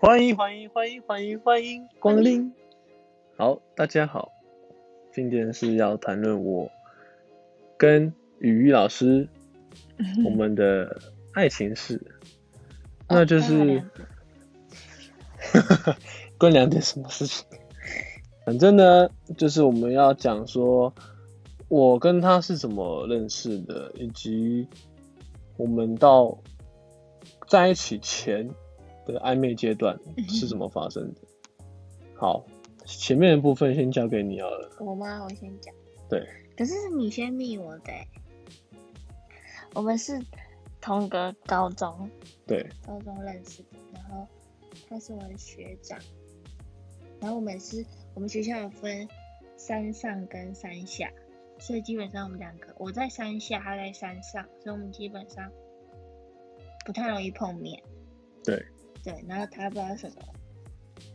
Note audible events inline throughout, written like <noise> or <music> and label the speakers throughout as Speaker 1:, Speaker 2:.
Speaker 1: 欢迎欢迎欢迎欢迎欢迎光临。好，大家好，今天是要谈论我跟雨雨老师我们的爱情事，
Speaker 2: 哦
Speaker 1: 那就
Speaker 2: 关我
Speaker 1: 是
Speaker 2: 两点
Speaker 1: <laughs> 关两点什么事情？反正呢，就是我们要讲说我跟他是怎么认识的，以及我们到在一起前的暧昧阶段是怎么发生的。好，前面的部分先交给你好了。
Speaker 2: 我妈，我先讲。
Speaker 1: 对。
Speaker 2: 可是是你先密我的欸、我们是同个高中，
Speaker 1: 对，
Speaker 2: 高中认识的，然后他是我的学长，然后我们是我们学校有分山上跟山下，所以基本上我们两个我在山下，他在山上，所以我们基本上不太容易碰面。
Speaker 1: 对
Speaker 2: 对，然后他不知道什么，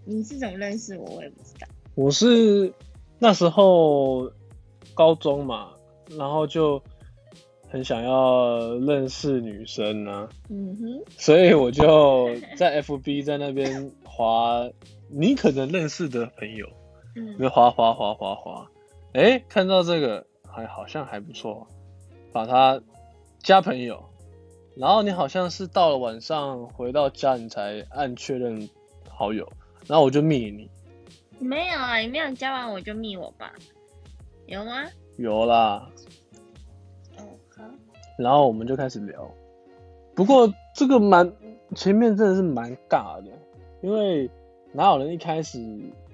Speaker 2: 你是怎么认识我，我也不知道。
Speaker 1: 我是那时候高中嘛，然后就很想要认识女生啊，
Speaker 2: 嗯哼，
Speaker 1: 所以我就在 FB 在那边划你可能认识的朋友，
Speaker 2: 嗯
Speaker 1: 就划划划划划，哎、看到这个还好像还不错，把它加朋友，然后你好像是到了晚上回到家你才按确认好友，然后我就密你，
Speaker 2: 没有啊，你没有加完我就密我吧，有吗？
Speaker 1: 有啦，哦
Speaker 2: 嗯，好，
Speaker 1: 然后我们就开始聊。不过这个蛮前面真的是蛮尬的，因为哪有人一开始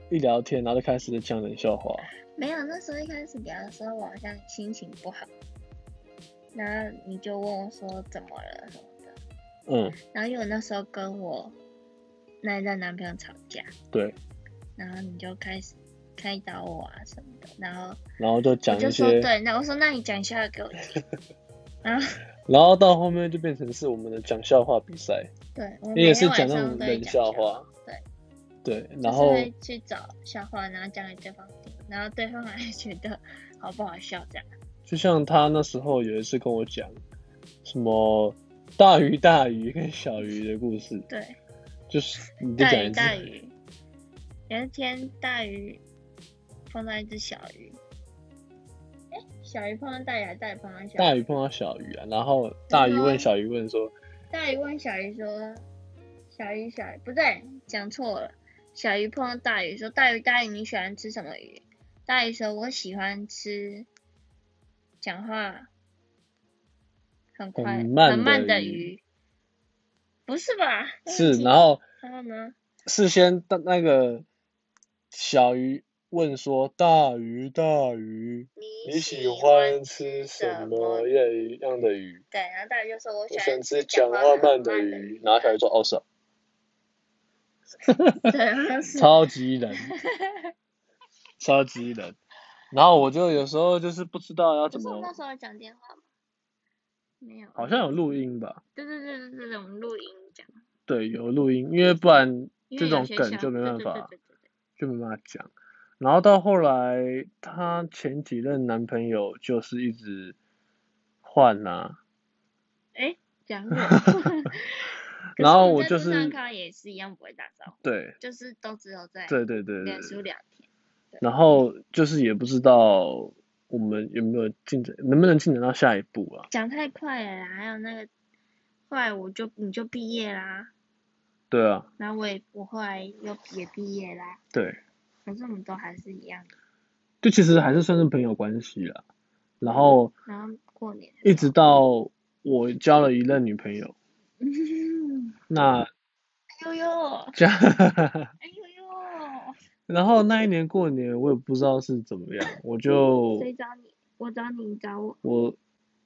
Speaker 1: 一聊天，然后就开始讲冷笑话？
Speaker 2: 没有。那时候一开始聊的时候，我好像心情不好，然后你就问我说怎么了什么的，
Speaker 1: 嗯，
Speaker 2: 然后因为我那时候跟我那一任男朋友吵架，
Speaker 1: 对，
Speaker 2: 然后你就开始开导我啊什么的，然后
Speaker 1: 然后就
Speaker 2: 我
Speaker 1: 讲
Speaker 2: 就
Speaker 1: 一
Speaker 2: 说
Speaker 1: 些，
Speaker 2: 对，那我说那你讲一下给我听，然后
Speaker 1: 然后到后面就变成是我们的讲笑话比赛，
Speaker 2: 对，我
Speaker 1: 你
Speaker 2: 每
Speaker 1: 也是
Speaker 2: 天晚
Speaker 1: 讲那
Speaker 2: 上
Speaker 1: 种
Speaker 2: 都会
Speaker 1: 冷
Speaker 2: 讲
Speaker 1: 笑
Speaker 2: 笑
Speaker 1: 话，
Speaker 2: 对。
Speaker 1: 对，然后
Speaker 2: 就是会去找笑话，然后讲给对方听，然后对方还觉得好不好笑这样。
Speaker 1: 就像他那时候有一次跟我讲什么大鱼大鱼跟小鱼的故事，
Speaker 2: 对，
Speaker 1: 就是你就
Speaker 2: 大
Speaker 1: 讲一
Speaker 2: 鱼
Speaker 1: 次，
Speaker 2: 大鱼，有一天大鱼碰到一只小鱼，哎、小鱼碰到大鱼，还是大鱼碰到小鱼？
Speaker 1: 大鱼碰到小鱼啊，然后大鱼问小鱼问说，
Speaker 2: 大鱼问小鱼说：“小鱼，小鱼，不对，讲错了。”小鱼碰到大鱼说：“大鱼，大鱼，你喜欢吃什么鱼？”大鱼说：“我喜欢吃讲话很快、
Speaker 1: 很
Speaker 2: 很
Speaker 1: 慢的
Speaker 2: 的
Speaker 1: 鱼
Speaker 2: 鱼。”不是吧？
Speaker 1: 是，然后
Speaker 2: 然后呢？
Speaker 1: 事先的那个小鱼问说，大鱼大鱼，你喜欢吃什么样的鱼？
Speaker 2: 对，然后大鱼就说：“我喜
Speaker 1: 我喜欢
Speaker 2: 欢
Speaker 1: 吃
Speaker 2: 讲
Speaker 1: 讲话
Speaker 2: 很
Speaker 1: 慢的
Speaker 2: 的
Speaker 1: 鱼。。”然后小鱼说，哦是哦，
Speaker 2: 对，
Speaker 1: <laughs>
Speaker 2: 然后是
Speaker 1: 超级冷，超级冷。然后我就有时候就是不知道要
Speaker 2: 不
Speaker 1: 怎
Speaker 2: 是我
Speaker 1: 么
Speaker 2: 那，时候有讲电话吗？没有。
Speaker 1: 好像有录音吧？
Speaker 2: 对对对对对，我们录音讲。
Speaker 1: 对，有录音，因为不然
Speaker 2: 因
Speaker 1: 这
Speaker 2: 为有
Speaker 1: 种
Speaker 2: 学
Speaker 1: 梗
Speaker 2: 校
Speaker 1: 就没
Speaker 2: 对
Speaker 1: 办
Speaker 2: 对
Speaker 1: 法
Speaker 2: 对对对对
Speaker 1: 就没办法讲。然后到后来，她前几任男朋友就是一直换啊，
Speaker 2: 讲过。可
Speaker 1: <laughs> 然
Speaker 2: 是
Speaker 1: 后
Speaker 2: 们
Speaker 1: 我
Speaker 2: 在
Speaker 1: 就
Speaker 2: 路上
Speaker 1: 是
Speaker 2: 看到也是一样不会打招呼，
Speaker 1: 对
Speaker 2: 就是都只有在
Speaker 1: 对对对对
Speaker 2: 脸书
Speaker 1: 对，
Speaker 2: 聊天。
Speaker 1: 然后就是也不知道我们有没有进展，能不能进展到下一步啊？
Speaker 2: 讲太快了啦，还有那个，后来我就你就毕业啦，
Speaker 1: 对啊，
Speaker 2: 然后我也我后来又也毕业啦，
Speaker 1: 对，
Speaker 2: 可是我们都还是一样的。
Speaker 1: 就其实还是算是朋友关系啦。然后
Speaker 2: 然后过年，
Speaker 1: 一直到我交了一任女朋友，那
Speaker 2: 哎呦呦，
Speaker 1: 加，
Speaker 2: 哎呦呦，
Speaker 1: 然后那一年过年我也不知道是怎么样，我就
Speaker 2: 谁找你？我找你，你找我。
Speaker 1: 我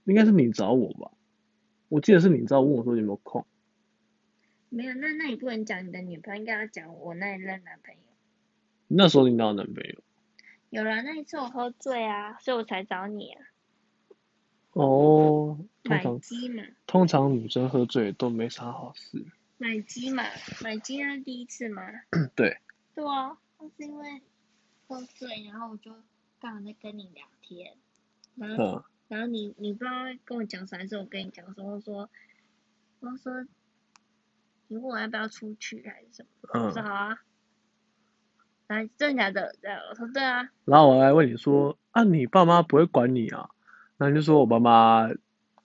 Speaker 1: 应该是你找我吧，我记得是你找我问我说有没有空，
Speaker 2: 没有，那那你不能讲你的女朋友，应该要讲我那一任男朋友。
Speaker 1: 那时候你哪有男朋友？
Speaker 2: 有啦，那一次我喝醉啊，所以我才找你啊，
Speaker 1: 哦，通
Speaker 2: 买
Speaker 1: 常
Speaker 2: 鸡嘛。
Speaker 1: 通常女生喝醉都没啥好事，
Speaker 2: 买鸡嘛，买鸡那是第一次嘛。
Speaker 1: 嗯对。
Speaker 2: 对啊，那是因为喝醉，然后我就刚好在跟你聊天，然后、
Speaker 1: 嗯，
Speaker 2: 然后你你不知道跟我讲啥，还是我跟你讲什么，我说我说你问我要不要出去还是什么，我说
Speaker 1: 嗯，
Speaker 2: 好啊。然后真的假的？对，我说对啊。
Speaker 1: 然后我还问你说，啊，你爸妈不会管你啊？然后你就说我爸妈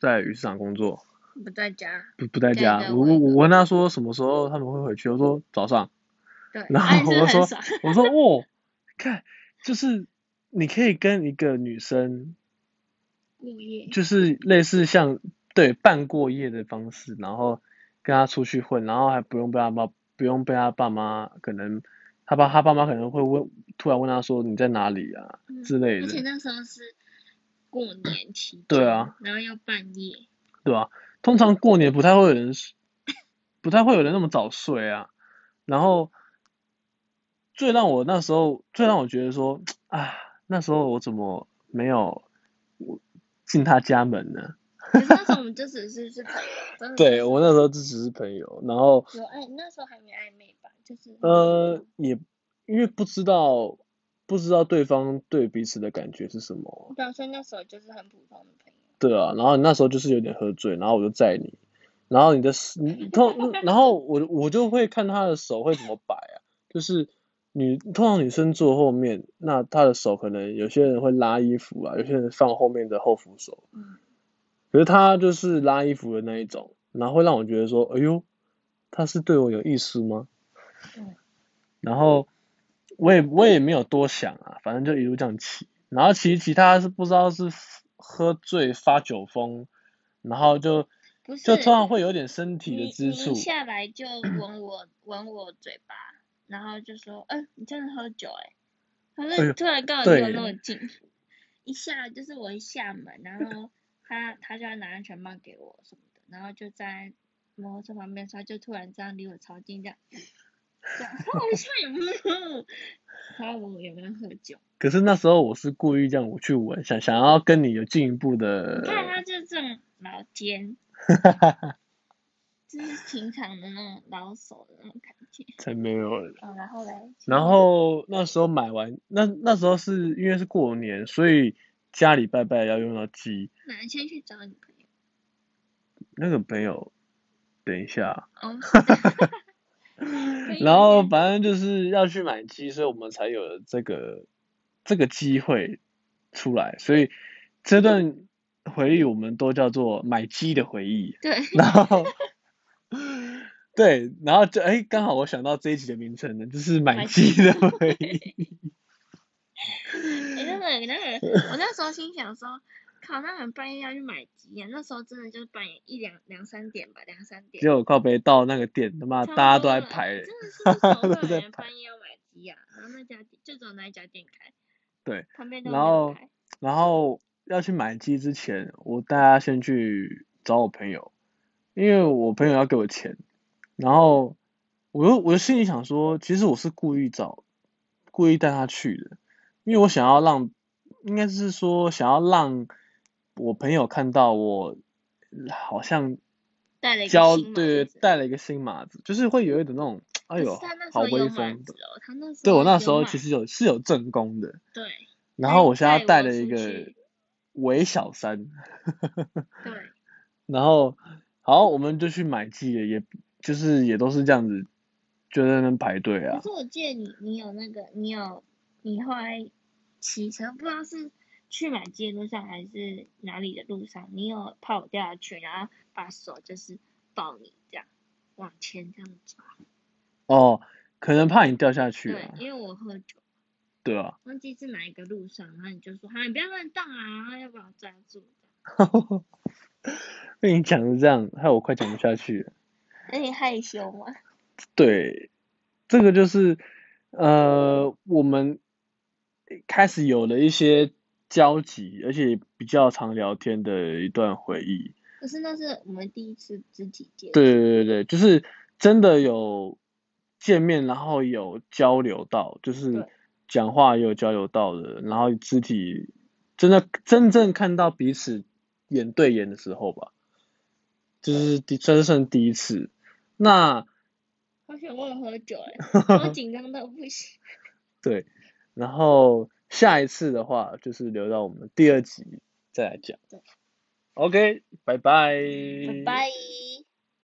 Speaker 1: 在鱼市场工作，
Speaker 2: 不在家，
Speaker 1: 不不在
Speaker 2: 对
Speaker 1: 家。
Speaker 2: 对
Speaker 1: 我
Speaker 2: 我
Speaker 1: 我
Speaker 2: 也
Speaker 1: 我问他说什么时候他们会回去，我说早上。
Speaker 2: 对，
Speaker 1: 然
Speaker 2: 啊你
Speaker 1: 后
Speaker 2: 是不
Speaker 1: 我
Speaker 2: 是
Speaker 1: 说
Speaker 2: 很 <laughs> 爽，
Speaker 1: 我说哦，看，就是你可以跟一个女生，
Speaker 2: 物业
Speaker 1: 就是类似像对半过夜的方式，然后跟她出去混，然后还不用被她爸不用被她爸妈可能她爸她爸妈可能会问突然问她说你在哪里啊
Speaker 2: 嗯
Speaker 1: 之类
Speaker 2: 而且
Speaker 1: 的，
Speaker 2: 那时候是过年期间，
Speaker 1: 对啊，
Speaker 2: 然后又半夜，
Speaker 1: 对吧、通常过年不太会有人睡，不太会有人那么早睡啊。然后最让我那时候最让我觉得说，啊，那时候我怎么没有我进他家门呢？
Speaker 2: 可是那时候我们就只是是朋友，真的
Speaker 1: 对我那时候就只是朋友，然后
Speaker 2: 有暧，那时候还没暧昧吧，就是
Speaker 1: 呃也因为不知道不知道对方对彼此的感觉是什么，
Speaker 2: 对啊，所以那时候就是很普通的朋友。
Speaker 1: 对啊，然后那时候就是有点喝醉，然后我就载你，然后你的手你通，然后我我就会看她的手会怎么摆啊，就是女通常女生坐后面，那她的手可能有些人会拉衣服啊，有些人放后面的后扶手，
Speaker 2: 嗯，
Speaker 1: 可是她就是拉衣服的那一种，然后会让我觉得说，哎呦，她是对我有意思吗
Speaker 2: 嗯？
Speaker 1: 然后我也我也没有多想啊，反正就一路这样骑，然后骑一骑，她是不知道是喝醉发酒疯，然后就
Speaker 2: 不是，
Speaker 1: 就突然会有点身体
Speaker 2: 你
Speaker 1: 的接
Speaker 2: 你一
Speaker 1: 触，
Speaker 2: 下来就吻我吻我嘴巴，然后就说，嗯、你真的喝酒哎、欸，他
Speaker 1: 哎呦
Speaker 2: 是突然刚好离我
Speaker 1: 对
Speaker 2: 那么近，一下来就是我一下门，然后他他就要拿安全帽给我什么的，然后就在摩托车旁边的时候，他就突然这样离我超近这样，这样，然后我一下有没有？他问我有没有喝酒，
Speaker 1: 可是那时候我是故意这样我去闻，想想要跟你有进一步
Speaker 2: 你
Speaker 1: 的，
Speaker 2: 看他就是这种老
Speaker 1: <laughs>
Speaker 2: 奸，就是平常的那种老手的那种感觉。
Speaker 1: 才没有嘞。
Speaker 2: 嗯，然后嘞，
Speaker 1: 然后那时候买完，那那时候是因为是过年，所以家里拜拜要用到鸡。
Speaker 2: 哪先去找你朋友？
Speaker 1: 那个朋友，等一下， <laughs>
Speaker 2: 哦，是的可以
Speaker 1: 然后
Speaker 2: 可以
Speaker 1: 反正就是要去买鸡，所以我们才有了这个这个机会出来。所以这段回忆我们都叫做买鸡的回忆。
Speaker 2: 对，
Speaker 1: 然后 <laughs> 对，然后就哎，刚好我想到这一集的名称了，就是买
Speaker 2: 买
Speaker 1: 鸡
Speaker 2: 鸡
Speaker 1: 的回忆。
Speaker 2: 哎、那个那个，我那时候心想说，靠，那很半夜要去买鸡啊，那时候真的就是半夜一两两三点吧，两三点
Speaker 1: 结。果靠北到那个店，他妈
Speaker 2: 差不
Speaker 1: 大家都
Speaker 2: 多
Speaker 1: 在
Speaker 2: 了
Speaker 1: 排，<laughs>
Speaker 2: 真的是为什么
Speaker 1: 都
Speaker 2: 会
Speaker 1: 在
Speaker 2: 有人半夜要买鸡啊？然后那家店就只有那一家店开，
Speaker 1: 对，
Speaker 2: 旁边都
Speaker 1: 然
Speaker 2: 没有
Speaker 1: 后
Speaker 2: 开。
Speaker 1: 然后要去买鸡之前，我大家先去找我朋友，因为我朋友要给我钱，然后我又我就心里想说，其实我是故意找，故意带他去的，因为我想要让，应该是说想要让我朋友看到我好像
Speaker 2: 带了一个
Speaker 1: 教
Speaker 2: 新马
Speaker 1: 对
Speaker 2: 子
Speaker 1: 带了一个新马子，就是会有一点那种，哎
Speaker 2: 可
Speaker 1: 呦
Speaker 2: 是啊他那时
Speaker 1: 好
Speaker 2: 候
Speaker 1: 威
Speaker 2: 有马
Speaker 1: 风
Speaker 2: 子。哦，他那时候
Speaker 1: 对我那
Speaker 2: 有
Speaker 1: 时候
Speaker 2: 马
Speaker 1: 其实有是有正宫的，
Speaker 2: 对
Speaker 1: 然
Speaker 2: 他
Speaker 1: 后
Speaker 2: 有
Speaker 1: 我现在带
Speaker 2: 带我
Speaker 1: 了一
Speaker 2: 出
Speaker 1: 个
Speaker 2: 去
Speaker 1: 韦小三，
Speaker 2: 对，
Speaker 1: 然后好，我们就去买鸡了，也就是也都是这样子，就在那边排队
Speaker 2: 可
Speaker 1: 啊
Speaker 2: 是。我记得你，你有那个，你有，你后来骑车，不知道是去买街路上还是哪里的路上，你有跑掉下去，然后把手就是抱你这样往前这样抓。
Speaker 1: 哦，可能怕你掉下去
Speaker 2: 对
Speaker 1: 啊，，
Speaker 2: 因为我喝酒，
Speaker 1: 对啊，
Speaker 2: 忘记是哪一个路上，然后你就说：“好，你不要乱动啊，然后要把我抓住。”
Speaker 1: 被你讲成这样，害我快讲不下去了。
Speaker 2: 那你害羞吗？
Speaker 1: 对，这个就是呃，我们开始有了一些交集，而且比较常聊天的一段回忆。
Speaker 2: <laughs> 可是那是我们第一次肢体接触。
Speaker 1: 对对对对，就是真的有见面，然后有交流到，就是
Speaker 2: 对
Speaker 1: 讲话也有交流到的，然后肢体真的真正看到彼此眼对眼的时候吧，就是第真算第一次。那
Speaker 2: 而且我有喝酒 <laughs> 哎、欸，我紧张到不行。
Speaker 1: 对，然后下一次的话，就是留到我们第二集再来讲
Speaker 2: 对。嗯
Speaker 1: OK，拜拜。
Speaker 2: 拜拜。